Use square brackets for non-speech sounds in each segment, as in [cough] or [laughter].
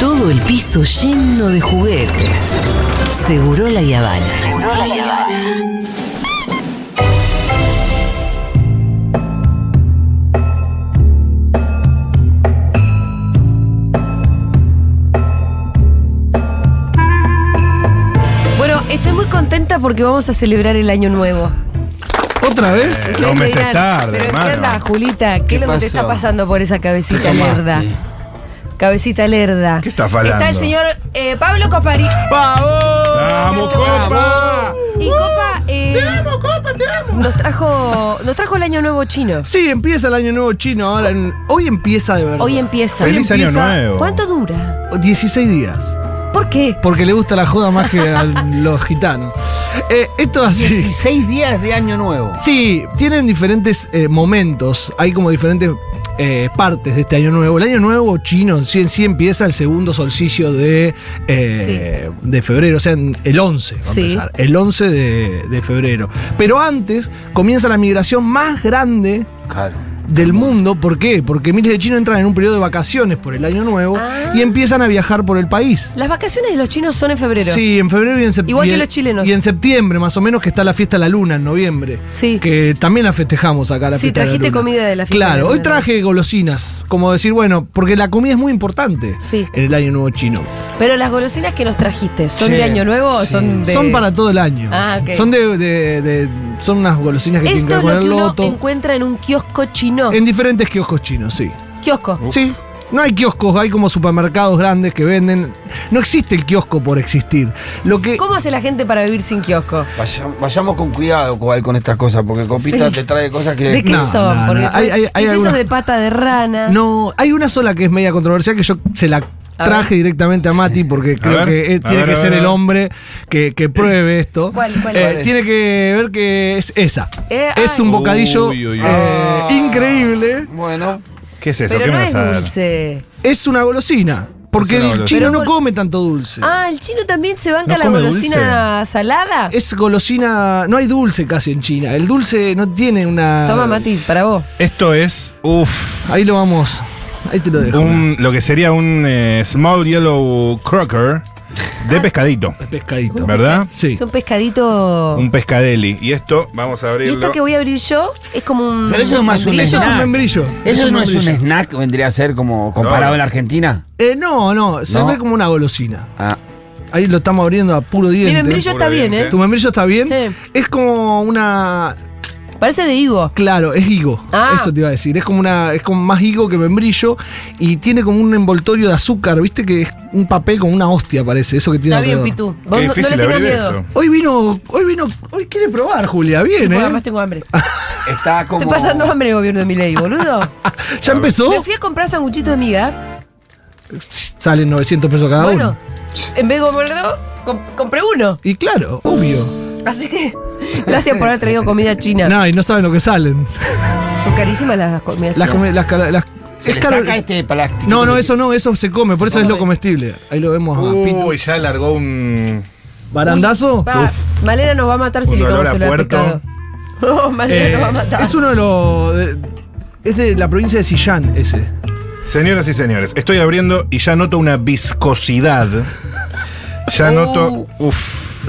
todo el piso lleno de juguetes. Seguro la Yavana. Seguro la Yavana. Bueno, estoy muy contenta porque vamos a celebrar el año nuevo. ¿Otra vez? Ustedes no me me meses dirán, tarde, Pero ¿qué hermano. onda, Julita? ¿Qué, ¿Qué es lo que te está pasó? pasando por esa cabecita ¿Qué tomaste? lerda? Cabecita lerda. ¿Qué está falando? Está el señor eh, Pablo Copari. ¡Vamos, copa! Y Copa. ¡Te amo, Copa, te amo! Nos trajo, nos trajo el año nuevo chino. Sí, empieza el año nuevo chino ahora. en- Hoy empieza de verdad. Hoy em- empieza. Hoy ¡Feliz año empieza- nuevo! ¿Cuánto dura? 16 días. ¿Por qué? Porque le gusta la joda más que [laughs] a los gitanos. Eh, esto es así. 16 días de año nuevo. Sí, tienen diferentes eh, momentos. Hay como diferentes eh, partes de este año nuevo. El año nuevo chino en sí, en sí empieza el segundo solsticio de, eh, de febrero, o sea, en- el 11. va a Sí. empezar, el 11 de, de febrero. Pero antes comienza la migración más grande Claro. del mundo. ¿Por qué? Porque miles de chinos entran en un periodo de vacaciones por el año nuevo Ah. y empiezan a viajar por el país. Las vacaciones de los chinos son en febrero. Sí, en febrero y en septiembre. Igual que los chilenos. Y en septiembre, más o menos, que está la fiesta de la luna, en noviembre. Sí. Que también la festejamos acá, la Sí, fiesta de la trajiste luna. comida de la fiesta de Claro, la hoy luna. traje golosinas. Como decir, bueno, porque la comida es muy importante Sí. en el Año Nuevo Chino. Pero las golosinas que nos trajiste, ¿son Sí, de año nuevo o sí. son de.? Son para todo el año. Ah, ok. Son de, de- de- Son unas golosinas que Esto tienen es que ver lo con que el uno loto. encuentra en un kiosco chino. En diferentes kioscos chinos, sí. Kiosco. Uh. Sí. No hay kioscos, hay como supermercados grandes que venden. No existe el kiosco por existir. Lo que. ¿Cómo hace la gente para vivir sin kiosco? Vayamos, vayamos con cuidado Cobal, con estas cosas, porque Copita Sí. te trae cosas que. ¿De qué No, son? no, Porque no. Hay- hay- hay es eso algunas- de pata de rana. No, hay una sola que es media controversial que yo se la A traje directamente a Mati porque creo ver, que eh, a tiene ver, que a ver, ser a el ver. hombre que, que pruebe esto. ¿Cuál, cuál, Eh, cuál es? Tiene que ver que es esa. Eh, es ay. un bocadillo Uy, uy, uy. eh, increíble. Bueno, ¿Qué es eso? Pero ¿Qué no me es vas a dar? dulce. Es una golosina. Porque Es una el golosina. Pero chino no con- come tanto dulce. Ah, el chino también se banca ¿No la come golosina salada. Es golosina. No hay dulce casi en China. El dulce no tiene una. Toma, Mati, para vos. Esto es, uff, Ahí lo vamos. Ahí te lo dejo. un, lo que sería un eh, small yellow crocker Ah. de pescadito, pescadito. ¿verdad? Sí. Es un pescadito. Un pescadeli. Y esto, vamos a y abrirlo. esto que voy a abrir yo es como un. Pero eso es más un membrillo. Eso es un snack. membrillo. ¿eso no es un membrillo. snack? Vendría a ser como comparado No. en Argentina. Eh, no, no, se No. ve como una golosina. Ah, Ahí lo estamos abriendo a puro Mi diente. membrillo está bien, ¿eh? Obviamente. ¿Tu membrillo está bien? Sí. Es como una. Parece de higo. Claro, es higo. Ah. Eso te iba a decir. Es como una. Es como más higo que membrillo. Y tiene como un envoltorio de azúcar, viste que es un papel con una hostia, parece. Eso que tiene Está bien, alrededor. Pitu. Qué Vos no, no le difícil tengas abrir miedo. esto. Hoy vino. Hoy vino. Hoy quiere probar, Julia. Bien, Porque ¿eh? además tengo hambre. está como. Estoy pasando hambre el gobierno de Milei, [laughs] boludo. ¿Ya empezó? Me fui a comprar sanguchito de miga. Salen 900 pesos cada bueno, uno. en vez de comprar dos, comp- compré uno. Y claro, obvio. Así que, [laughs] gracias por haber traído comida china. No, y no saben lo que salen. Son carísimas las comidas Las, come- las, cala- las- Se es le caro- saca este plástico. No, no, eso no, eso se come, por eso es lo come. comestible. Ahí lo vemos. a Pitu. Uy, ya largó un. ¿Barandazo? Va, [laughs] Malena nos va a matar si Un le olor tomamos a el olor a puerto. pescado. [laughs] No, Malena Eh, nos va a matar. es uno de los. de- es de la provincia de Sillán, ese. Señoras y señores, estoy abriendo y ya noto una viscosidad. Ya Uh. noto. Uff.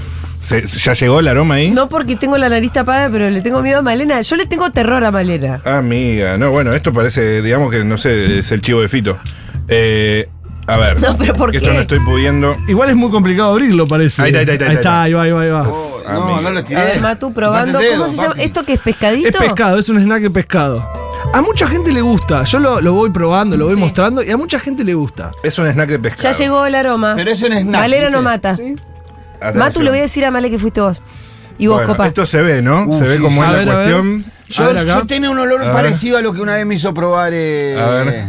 ¿Ya llegó el aroma ahí? No porque tengo la nariz tapada, pero le tengo miedo a Malena. Yo le tengo terror a Malena. Amiga, no, bueno, esto parece, digamos que no sé, es el chivo de Fito. Eh, a ver. No, pero ¿por que qué? Esto no estoy pudiendo. Igual es muy complicado abrirlo, parece. Ahí está, ahí está, ahí está, Ahí está, ahí va, ahí va, ahí va. Oh, no, no lo tiré. A ver, Matu, probando. Chupate el dedo, ¿Cómo se llama? papi. ¿Esto que es pescadito? Es pescado, es un snack de pescado. A mucha gente le gusta. Yo lo, lo voy probando, lo voy Sí. mostrando y a mucha gente le gusta. Es un snack de Ya pescado. llegó el aroma. Pero es un snack, Malena no ¿viste? mata. Atención. Matu, le voy a decir a Male que fuiste vos. Y vos, Bueno, copa. Esto se ve, ¿no? Uh, se ve sí, como a es la ver, a ver. cuestión. A Yo, ver acá. yo tenía un olor A ver. parecido a lo que una vez me hizo probar. eh, A ver.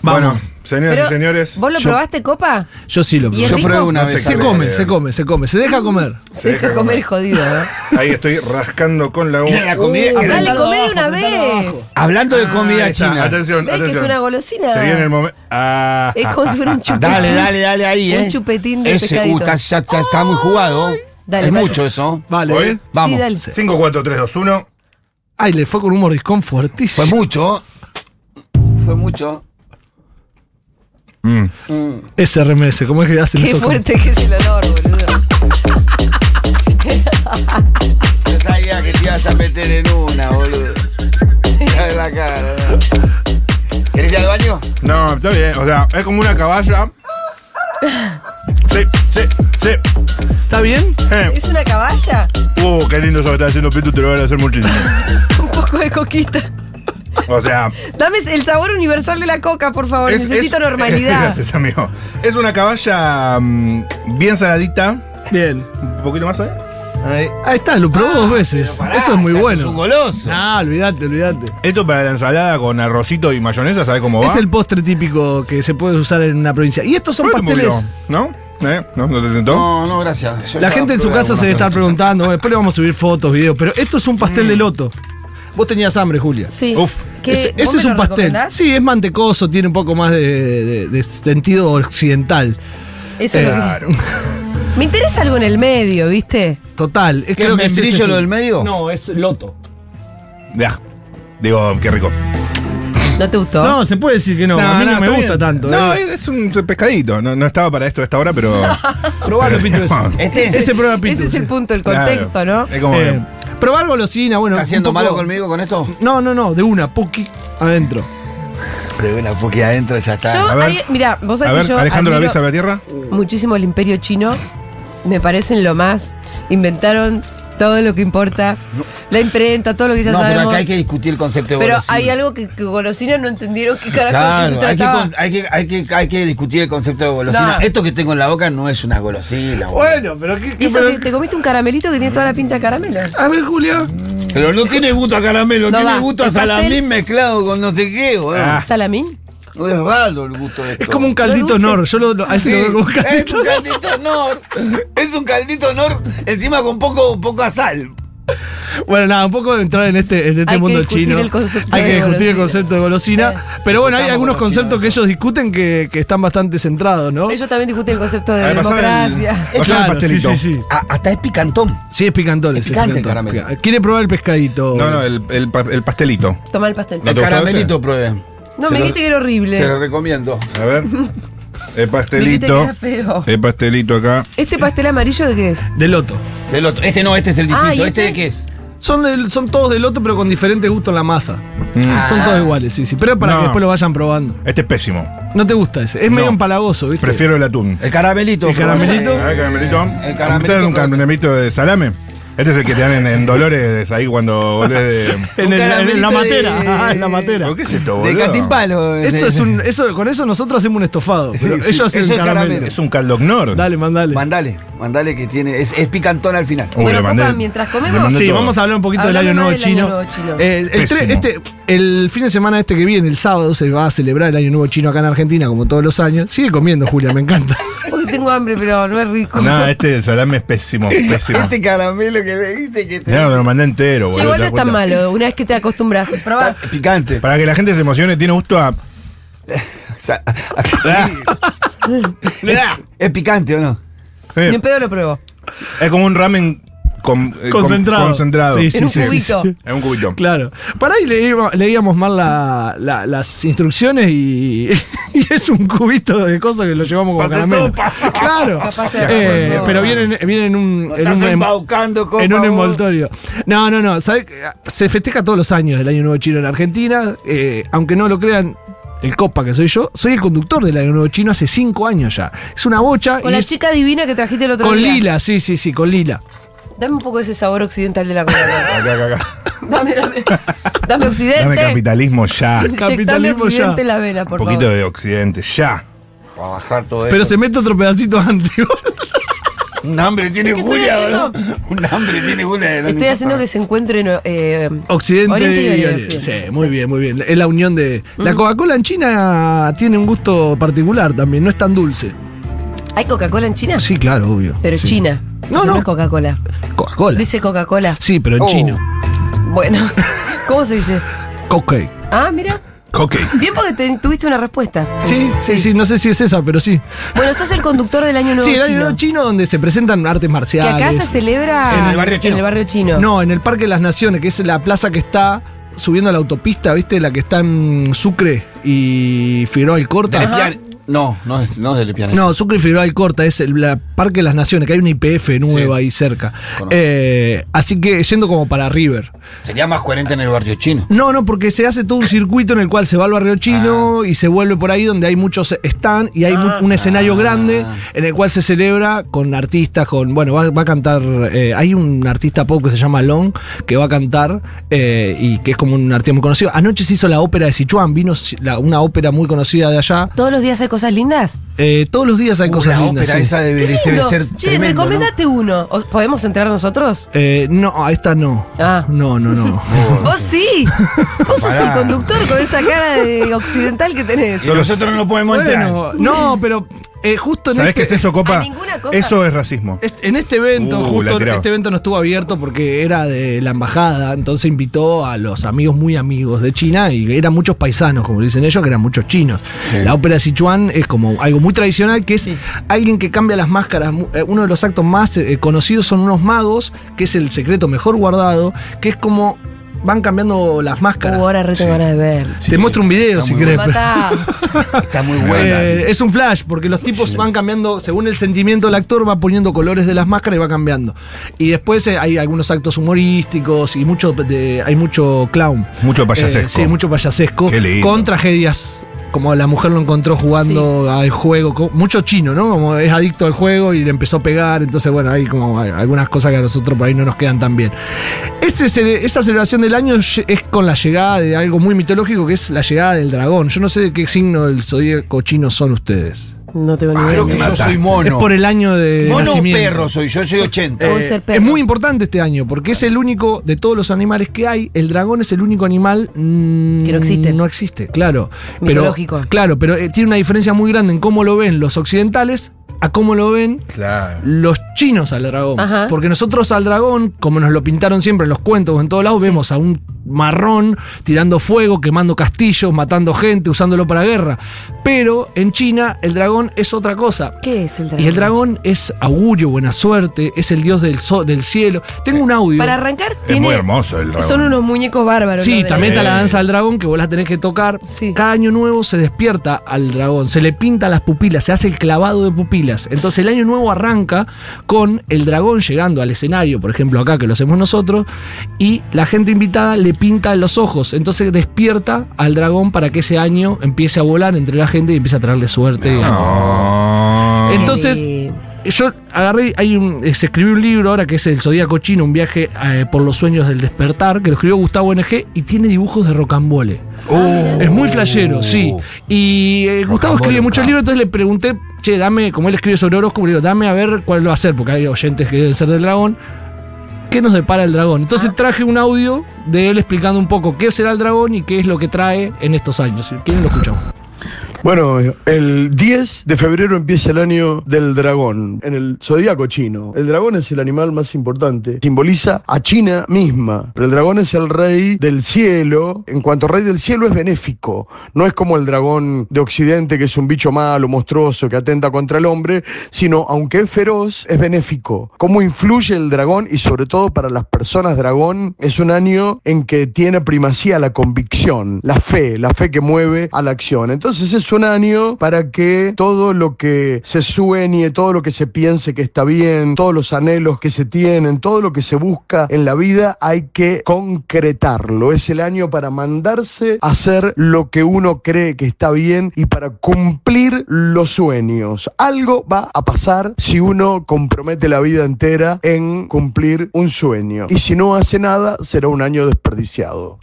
Bueno, Vamos. señoras Pero, y señores. ¿Vos lo yo- probaste, copa? Yo sí lo ¿Y es probé. Yo rico? Mm. probé una No sé vez. qué Se algo. come, se come, se come. Se deja comer. Se deja comer jodido, ¿eh? [laughs] Ahí estoy rascando con la uva. Mira, la comida- Uh, Dale, Apretalo comé de abajo, una apretalo abajo. vez. Hablando de comida Ah, ahí está. china. Atención, ¿Ves que atención. es una golosina? Se viene el momento. Ah, Es como si fuera [laughs] un chupetín. [laughs] Dale, dale, dale ahí, Un eh. chupetín de Ese, pescadito. uh, está, ya- ya está muy jugado. Dale, es vaya. mucho eso. Vale. Hoy- ¿eh? Vamos. Sí, dale. 5, 4, 3, 2, 1. Ay, le fue con un mordiscón fuertísimo. Fue mucho. Fue mucho. Mm. Ese remes, ¿cómo es que hacen Qué eso? con- fuerte que es el olor, boludo. No sabía que te ibas a meter en una, boludo. Dale la cara. no. ¿Querés ir al baño? No, está bien. O sea, es como una caballa. Sí, sí, sí. ¿Está bien? Eh, ¿Es una caballa? Uh, qué lindo eso que estás haciendo, Pitu. Te lo van a hacer muchísimo. [laughs] Un poco de coquita. [laughs] O sea. Dame el sabor universal de la coca, por favor. es- Necesito es- normalidad. [laughs] Gracias, amigo. Es una caballa mm, bien saladita. Bien. Un poquito más, ¿eh? Ahí. Ahí está, lo probó dos veces. eso es muy ya bueno. sos un goloso. Ah, olvídate, olvídate. Esto para la ensalada con arrocito y mayonesa, ¿sabes cómo va? Es el postre típico que se puede usar en una provincia. Y estos son ¿Cómo te pasteles. este murió? ¿No? ¿Eh? ¿No? ¿No te tentó? No, no, gracias. Yo La ya gente en su probé casa se debe algunas estar cosas. preguntando, bueno, después le vamos a subir fotos, videos, pero esto es un pastel de loto. Vos tenías hambre, Julia. Sí. Uf. ¿Qué- Ese, vos ese me es un lo pastel. recomendás? Sí, es mantecoso, tiene un poco más de, de- de sentido occidental. Eso es lo que- Claro. Me interesa algo en el medio, ¿viste? Total. Es ¿Qué, creo que membrillo ese es lo un- del medio? No, es loto. Ya. Digo, qué rico. ¿No te gustó? No, se puede decir que no. a mí no, me está gusta bien. tanto. No, eh. es, es un pescadito. No, no estaba para esto a esta hora, pero. Probalo, Pitu, ese. Este Ese está prueba Pitu, Ese es sí. el punto, el claro. [laughs] contexto, ¿no? Es como. que- Eh, probar golosina, bueno. haciendo un poco- malo conmigo con esto. No, no, no, de una, poqui adentro. De una porque adentro ya está. Yo, a ver. ahí- mira, vos a sabés que ver, yo Alejandro la admiro besa a la tierra. muchísimo el imperio chino. Me parecen lo más. Inventaron todo lo que importa. La imprenta, todo lo que ya no, sabemos. pero acá hay que discutir el concepto de Pero golosina. hay algo que, que golosina no entendieron qué carajo de qué Claro, se hay que, trataba. con- hay, que, hay, que, hay que discutir el concepto de golosina. No. Esto que tengo en la boca no es una golosina. boludo. pero ¿qué? Y eso que te comiste un caramelito que tiene toda la pinta de caramelo. A ver, Julia. Pero no tiene gusto a caramelo, No tiene va. gusto a El pastel- salamín mezclado con no sé qué, boludo. ¿Salamín? No es raro el gusto de Ah. esto. Es como un caldito dulce. nor. Yo lo, lo- a ese Sí, Eh. lo veo como un es caldito. un caldito nor. Es un caldito nor encima con poco, poca sal. Bueno, nada, un poco de entrar en este, en este Hay que mundo discutir chino. el concepto hay que de discutir el golosina. concepto de golosina. Pero bueno, hay Discutamos algunos golosina, conceptos que ellos discuten que, que están bastante centrados, ¿no? Ellos también discuten el concepto de A ver, pasame el- democracia. pasame el pastelito. sí, sí, sí. A- hasta es picantón. Sí, es Ah, picantón. Es ese, picante el picantón. caramelo. ¿Quiere probar el pescadito? No, no, el, el pa- el pastelito. Toma el pastel. ¿No el te este? gustó caramelito pruebe. No, Se me lo- dijiste que era horrible. Se lo recomiendo. A [laughs] ver. El Me dijiste que pastelito. era feo. El pastelito acá. ¿Este pastel amarillo de qué es? De loto. Del otro. Este no, este es el Ah, distinto. ¿y ¿Este este? de qué es? Son, del- son todos de loto, pero con diferente gusto en la masa. Mm. Son todos iguales, sí, sí. Pero es para No. que después lo vayan probando. Este es pésimo. No te gusta ese. Es No. medio empalagoso, ¿viste? Prefiero el atún. El caramelito. El probame. caramelito. A ver, caramelito. El caramelito. ¿Ustedes un caramelito de salame? Este es el que te dan en, en Dolores ahí cuando volvés de. [laughs] En, Un el- en la caramelito matera. [laughs] de- Ah, en la matera. ¿Pero ¿Qué es esto, boludo? De catimpalo. Eso [laughs] es un, eso, con eso nosotros hacemos un estofado. pero Sí, sí. ellos hacen Eso es caramelo. caramelo. Es un caldognor. Dale, mandale. Mandale, mandale que tiene. Es, es picantón al final. Uy, Bueno, le mandé- Copa, mientras comemos- le mandé Sí, todo. vamos a hablar un poquito del Hablame año nuevo más del chino. Año Nuevo Chino. Eh, el, Pésimo. tre- este, el fin de semana este que viene, el sábado, se va a celebrar el año nuevo chino acá en Argentina, como todos los años. Sigue comiendo, Julia, me encanta. [laughs] Uy, tengo hambre, pero no es rico. [laughs] No, este salame es pésimo, pésimo. Este caramelo que me diste que te. Mirá, me lo mandé entero, Che, boludo. igual ¿te no das es tan cuenta? malo, una vez que te acostumbras. Probá. Está Picante. Para que la gente se emocione, tiene gusto a. O sea, [laughs] [laughs] [laughs] ¿Es picante o no? Ni Sí, un pedo lo pruebo. Es como un ramen con- eh, con- Concentrado. concentrado. Sí, sí, En un sí, sí, cubito. Es un cubito. Claro. Para ahí leíamos, leíamos mal la- la- las instrucciones y, [laughs] y es un cubito de cosas que lo llevamos como Pasa caramelo. sopa. [laughs] Claro. Capaz era Eh, pasa sopa. pero vienen, vienen en un, en un Estás em- embaucando, copa, en un vos. envoltorio. No, no, no. ¿sabe qué? Se festeja todos los años el Año Nuevo Chino en Argentina. Eh, aunque no lo crean, el Copa que soy yo, soy el conductor del Año Nuevo Chino hace cinco años ya. Es una bocha. Con y la es- chica divina que trajiste el otro con día. Lila, sí, sí, sí, con Lila. Dame un poco de ese sabor occidental de la [laughs] coca. Acá, acá, acá. dame, dame. Dame occidente. Dame capitalismo ya. [laughs] Un Inyectame Capitalismo ya. occidente en la vela, por poquito favor. de occidente, ya. Para bajar todo Pero esto. se mete otro pedacito [laughs] antes. Un hambre tiene ¿Qué estoy Julia, haciendo? ¿verdad? Un hambre tiene Julia. de la Estoy niña. haciendo que se encuentren eh, Occidente Oriente y Oriente. Sí, muy bien, muy bien. Es la unión de. La Coca-Cola en China tiene un gusto particular también, no es tan dulce. ¿Hay Coca-Cola en China? Sí, claro, obvio. Pero Sí. China. No, Eso no. es Coca-Cola. Coca-Cola. Dice Coca-Cola. Sí, pero en Oh. chino. Bueno, [laughs] ¿cómo se dice? Coca. Ah, mira. Ok. Bien porque te- tuviste una respuesta. Sí, sí, sí, no sé si es esa, pero sí. Bueno, sos el conductor del Año Nuevo sí, el año Chino. nuevo chino donde se presentan artes Que marciales. acá se celebra En el barrio chino. en el barrio chino. No, en el Parque de las Naciones, que es la plaza que está subiendo a la autopista, ¿viste? La que está en Sucre y Figueroa del Corta. Del Espiar- No, no es, no es del pianista. No, Sucre y Figueroa y Corta es el la Parque de las Naciones, que hay una IPF nueva Sí. ahí cerca. Conozco. Eh, así que yendo como para River. Sería más coherente en el barrio chino. No, no, porque se hace todo un circuito en el cual se va al barrio chino Ah. y se vuelve por ahí donde hay muchos stand y hay mu- un escenario Ah. grande en el cual se celebra con artistas, con. Bueno, va, va a cantar. eh, hay un artista pop que se llama Long que va a cantar eh, y que es como un artista muy conocido. Anoche se hizo la ópera de Sichuan, vino si- la- una ópera muy conocida de allá. ¿Todos los días hay cosas lindas? Eh, todos los días hay Uh, cosas la lindas. ópera sí. esa debe, debe Lindo. ser che, tremendo, ¿no? recomendate uno. ¿Os- ¿Podemos entrar nosotros? Eh, no, a esta no. Ah. No, no, no. ¡Vos sí! Vos sos el Pará. conductor con esa cara [laughs] de occidental que tenés. Uh, Y nosotros no podemos entrar. [laughs] Bueno, no, pero eh, justo en ¿Sabés este, qué es eso, Copa? A ninguna cosa. Eso es racismo. est- en este evento, Uh, la justo tiraba. este evento no estuvo abierto porque era de la embajada, entonces invitó a los amigos muy amigos de China y eran muchos paisanos, como dicen ellos, que eran muchos chinos. Sí. La ópera de Sichuan es como algo muy tradicional, que es alguien que cambia las máscaras. Mu- eh, Uno de los actos más eh, conocidos son unos magos, que es el secreto mejor guardado, que es como van cambiando las Uh, máscaras. ahora re tengo ganas de ver. Te muestro un video está si muy querés. Me pero- [laughs] matás. Está muy buena. Eh, es un flash, porque los tipos van cambiando, según el sentimiento del actor, va poniendo colores de las máscaras y va cambiando. Y después eh, hay algunos actos humorísticos y mucho de- hay mucho clown. Mucho payasesco. Eh, sí, mucho payasesco. Qué lindo. Con tragedias. Como la mujer lo encontró jugando al juego. co- Mucho chino, ¿no? Como es adicto al juego y le empezó a pegar. Entonces, bueno, hay como hay algunas cosas que a nosotros por ahí no nos quedan tan bien. Ese, cele- esa celebración del año lle- es con la llegada de algo muy mitológico que es la llegada del dragón. Yo no sé de qué signo del zodíaco chino son ustedes. No tengo ni idea. Creo que yo soy mono. Es por el año de. mono o nacimiento. perro soy, yo soy 80. Puedo Eh, ser perro. es muy importante este año porque es el único de todos los animales que hay. El dragón es el único animal mm, Que no existe. No existe, claro. Mitológico. Pero, claro, pero eh, tiene una diferencia muy grande en cómo lo ven los occidentales a cómo lo ven Claro. los chinos al dragón. Ajá. Porque nosotros al dragón, como nos lo pintaron siempre en los cuentos o en todos lados, vemos a un marrón tirando fuego, quemando castillos, matando gente, usándolo para guerra. Pero en China el dragón es otra cosa. ¿Qué es el dragón? Y el dragón es augurio, buena suerte, es el dios del, so- del cielo. Tengo un audio. Para arrancar, Es tiene- muy hermoso el dragón. Son unos muñecos bárbaros. Sí, los de también la- está la danza del dragón que vos la tenés que tocar. Sí. Cada año nuevo se despierta al dragón, se le pinta las pupilas, se hace el clavado de pupilas. Entonces el año nuevo arranca con el dragón llegando al escenario, por ejemplo acá que lo hacemos nosotros, y la gente invitada le pinta los ojos. Entonces despierta al dragón para que ese año empiece a volar entre la gente y empiece a traerle suerte. No. Entonces, Sí. Yo agarré, hay un, eh, se escribió un libro ahora que es El Zodíaco Chino, un viaje eh, por los sueños del despertar, que lo escribió Gustavo NG y tiene dibujos de rocambole. Es muy flashero, sí. Y eh, Gustavo Rocambole, escribe muchos claro. libros, entonces le pregunté, che, dame, como él escribe sobre horóscopo, le digo, dame a ver cuál va a ser, porque hay oyentes que deben ser del dragón. ¿Qué nos depara el dragón? Entonces traje un audio de él explicando un poco qué será el dragón y qué es lo que trae en estos años. Si quieren lo escuchamos? Bueno, el 10 de febrero empieza el año del dragón, en el zodíaco chino. El dragón es el animal más importante, simboliza a China misma, pero el dragón es el rey del cielo. En cuanto rey del cielo es benéfico, no es como el dragón de Occidente, que es un bicho malo, monstruoso, que atenta contra el hombre, sino aunque es feroz, es benéfico. ¿Cómo influye el dragón y sobre todo para las personas dragón? Es un año en que tiene primacía la convicción, la fe, la fe que mueve a la acción. Entonces es un año para que todo lo que se sueñe, todo lo que se piense que está bien, todos los anhelos que se tienen, todo lo que se busca en la vida hay que concretarlo. Es el año para mandarse a hacer lo que uno cree que está bien y para cumplir los sueños. Algo va a pasar si uno compromete la vida entera en cumplir un sueño. Y si no hace nada, será un año desperdiciado.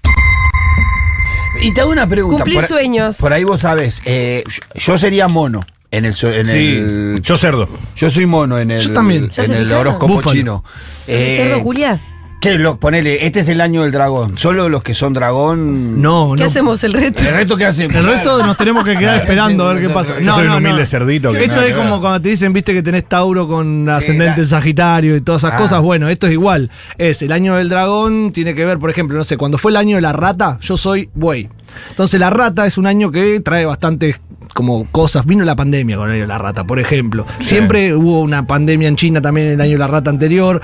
Y te hago una pregunta. Cumplir por- sueños. Por ahí vos sabés, eh, yo- yo sería mono en el... so- En Sí, el yo cerdo. yo soy mono en el, Yo también. ¿Ya En se el fijaron? horóscopo Búfalo. chino. Eh, Cerdo Julia? ¿Qué? Lo, ponele, este es el año del dragón. Solo los que son dragón... No, no. ¿Qué hacemos el reto? Eh, ¿El resto qué hacen? El resto nos tenemos que quedar esperando a ver qué pasa. Yo soy un humilde cerdito que Esto nada es que como ver. cuando te dicen, viste, que tenés Tauro con ascendente la- en Sagitario y todas esas Ah. cosas. Bueno, esto es igual. Es el año del dragón, tiene que ver, por ejemplo, no sé, cuando fue el año de la rata, yo soy buey. Entonces la rata es un año que trae bastantes como cosas. Vino la pandemia con el año de la rata, por ejemplo. Siempre hubo una pandemia en China también el año de la rata anterior.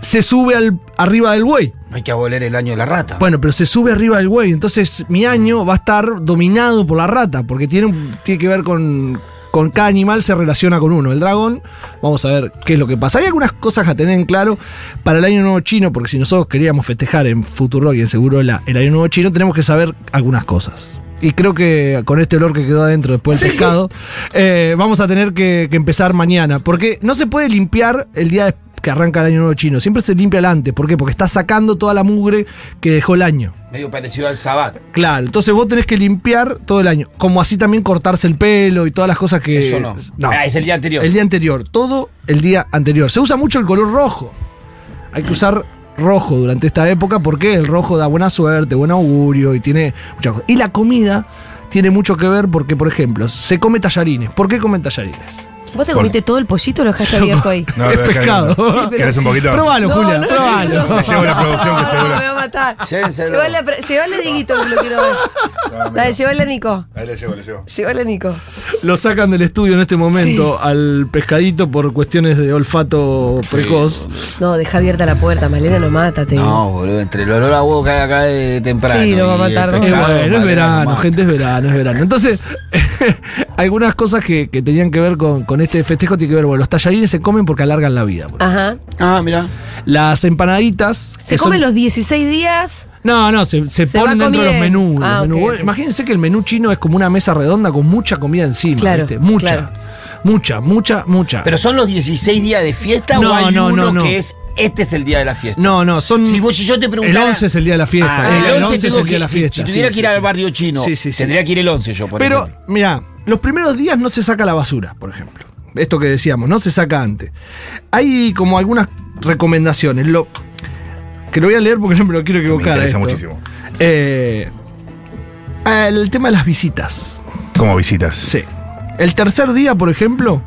se sube al, arriba del buey. No hay que abolir el año de la rata. Bueno, pero se sube arriba del buey. Entonces mi año va a estar dominado por la rata, porque tiene, un- tiene que ver con, con cada animal se relaciona con uno. El dragón, vamos a ver qué es lo que pasa. Hay algunas cosas a tener en claro para el año nuevo chino, porque si nosotros queríamos festejar en Futuro y en Seguro la- el año nuevo chino, tenemos que saber algunas cosas. Y creo que con este olor que quedó adentro después del pescado, eh, vamos a tener que, que empezar mañana. Porque no se puede limpiar el día después que arranca el año nuevo chino. Siempre se limpia el antes. ¿Por qué? Porque está sacando toda la mugre que dejó el año. Medio parecido al sabat. Claro, entonces vos tenés que limpiar todo el año. Como así también cortarse el pelo y todas las cosas que. Eso no. Ah, es el día anterior. El día anterior. Todo el día anterior. Se usa mucho el color rojo. Hay que usar rojo durante esta época porque el rojo da buena suerte, buen augurio y tiene muchas cosas. Y la comida tiene mucho que ver porque, por ejemplo, se come tallarines. ¿Por qué comen tallarines? ¿Vos te comiste todo el pollito o lo [laughs] dejaste abierto ahí? No, es lo dejé pescado. abierto. Sí, pero ¿Querés un sí. poquito? Probalo, No, Julia, no, probalo. no. Me llevo la producción que No, seguro. Me voy a matar. Llévenselo. Llévale, a pre- llévale a Dieguito, que lo quiero ver. No, mira. Dale, llévale a Nico. Ahí le llevo, le llevo. Llévale a Nico. Lo sacan del estudio en este momento al pescadito por cuestiones de olfato precoz. No, deja abierta la puerta, Malena no mata, te digo. No, boludo, entre el olor a huevo que hay acá de temprano. Sí, lo va a y el matar, ¿no? Eh, pescado, bueno, es madre, no verano, mata. gente, es verano, es verano. Entonces, [laughs] algunas cosas que, que tenían que ver con, con este festejo tienen que ver, bueno, los tallarines se comen porque alargan la vida. boludo. Ajá. Ah, mira. Las empanaditas... Se que son- comen los 16 días. No, no, se, se Se ponen va dentro de los comiendo. menús. los Ah, menús. ok, Bueno, ok. Imagínense que el menú chino es como una mesa redonda con mucha comida encima, Claro, ¿viste? Mucha, claro. mucha, mucha, mucha. ¿Pero son los 16 días de fiesta No, o hay no, uno no, no. que es este es el día de la fiesta? no, no, son... Si vos y yo te preguntara. El 11 es el día de la fiesta. Ah, el, 11 es tengo el día que- de la si- fiesta. Si, tuviera sí, que ir sí, al sí. barrio chino, Sí, sí, sí. tendría que ir el 11 yo, por Pero, ejemplo. mira, los primeros días no se saca la basura, por ejemplo. Esto que decíamos, no se saca antes. Hay como algunas recomendaciones. Lo, que lo voy a leer porque no me lo quiero Me equivocar. interesa esto. muchísimo. Eh, ah, el tema de las visitas. Como visitas. Sí. El tercer día, por ejemplo,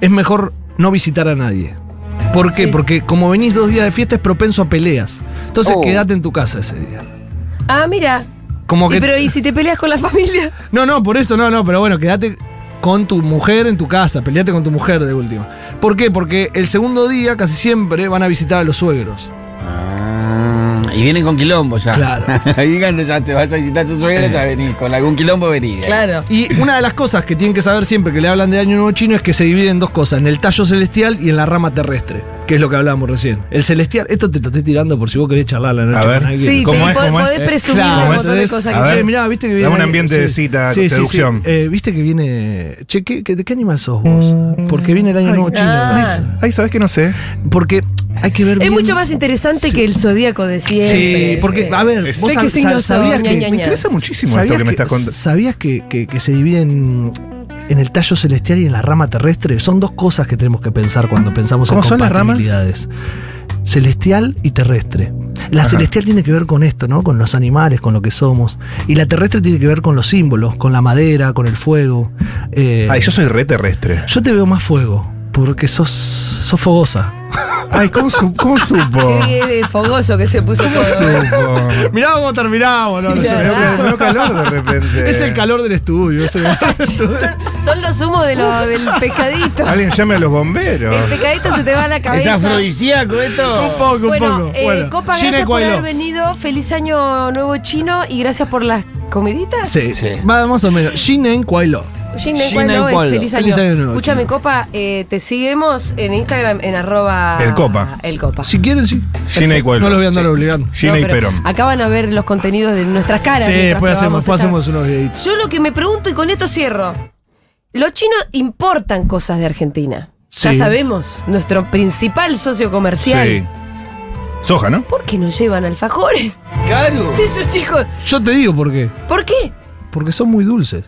es mejor no visitar a nadie. ¿Por qué? Sí. Porque como venís dos días de fiesta es propenso a peleas. Entonces Oh. quédate en tu casa ese día. Ah, mira. Como que Y, pero, ¿y si te peleas con la familia? No, no, por eso no, no, pero bueno, quédate con tu mujer en tu casa, peleate con tu mujer de última. ¿Por qué? Porque el segundo día casi siempre van a visitar a los suegros. Ah, y vienen con quilombo ya. Claro. [laughs] Eh. Ahí cuando ya te vas a visitar a tu suegra, ya venís. Con algún quilombo venís. eh". Claro. Y una de las cosas que tienen que saber siempre que le hablan de Año Nuevo Chino es que se divide en dos cosas, en el tallo celestial y en la rama terrestre, que es lo que hablábamos recién. El celestial, esto te, te estoy tirando por si vos querés charlar la noche. A ver. con alguien. Sí, ¿Cómo te- es? po- ¿Cómo es? podés Eh, presumir Claro, de un ¿cómo montón de es? cosas A que ver. Che, son. mirá, viste que viene. Dame un ambiente de cita, seducción. Eh, viste que viene. Che, ¿qué- qué- ¿de qué animal sos vos? Porque viene el año nuevo chino. ah. Ay, ¿sabes que no sé? Porque hay que ver. Es bien- mucho más interesante que el zodíaco de siempre. Sí, porque, a ver, ¿De vos qué sab- signo sabías sos? que. Ña, ña, Me ña. interesa muchísimo ¿Sabías esto que me estás contando. ¿Sabías que, que- que se dividen en el tallo celestial y en la rama terrestre? Son dos cosas que tenemos que pensar cuando pensamos en ¿Cómo son las ramas? compatibilidades. Celestial y terrestre. La Ajá. celestial tiene que ver con esto, ¿no? Con los animales, con lo que somos. Y la terrestre tiene que ver con los símbolos, con la madera, con el fuego. Eh, Ay, yo soy re terrestre. yo te veo más fuego, porque sos, sos fogosa. Ay, ¿cómo, su- cómo supo? Qué eh, fogoso que se puso todo. Supo. Mirá cómo terminamos, ¿no? Sí, Me dio ca- me dio calor de repente. Es el calor del estudio. Son, son los humos de lo- del pescadito. Alguien llame a los El bomberos. pescadito se te va a la ¿Es cabeza. afrodisíaco esto? poco, bueno, eh, Copa, gracias por haber venido. Feliz año nuevo chino y gracias por las comiditas. Sí, Sí. Va, más o menos. Shinen Kuailo. Jin Nen Jin Kuan Nen Lo es Kuan Lo. feliz año. Feliz año nuevo, Escúchame, chino. Copa, eh, te seguimos en Instagram en arroba... El Copa. El Copa. Si quieren, sí. Gina y Cuello. No los voy a andar obligando. Gina No, y pero Perón. Acá van a ver los contenidos de nuestras caras. Sí, mientras después hacemos, probamos después esta- hacemos unos videitos. Yo lo que me pregunto, y con esto cierro, los chinos importan cosas de Argentina. Ya Sí. sabemos, nuestro principal socio comercial. Sí. Soja, ¿no? ¿Por qué no llevan alfajores? [laughs] Claro. Sí, esos chicos. Yo te digo por qué. ¿Por qué? Porque son muy dulces.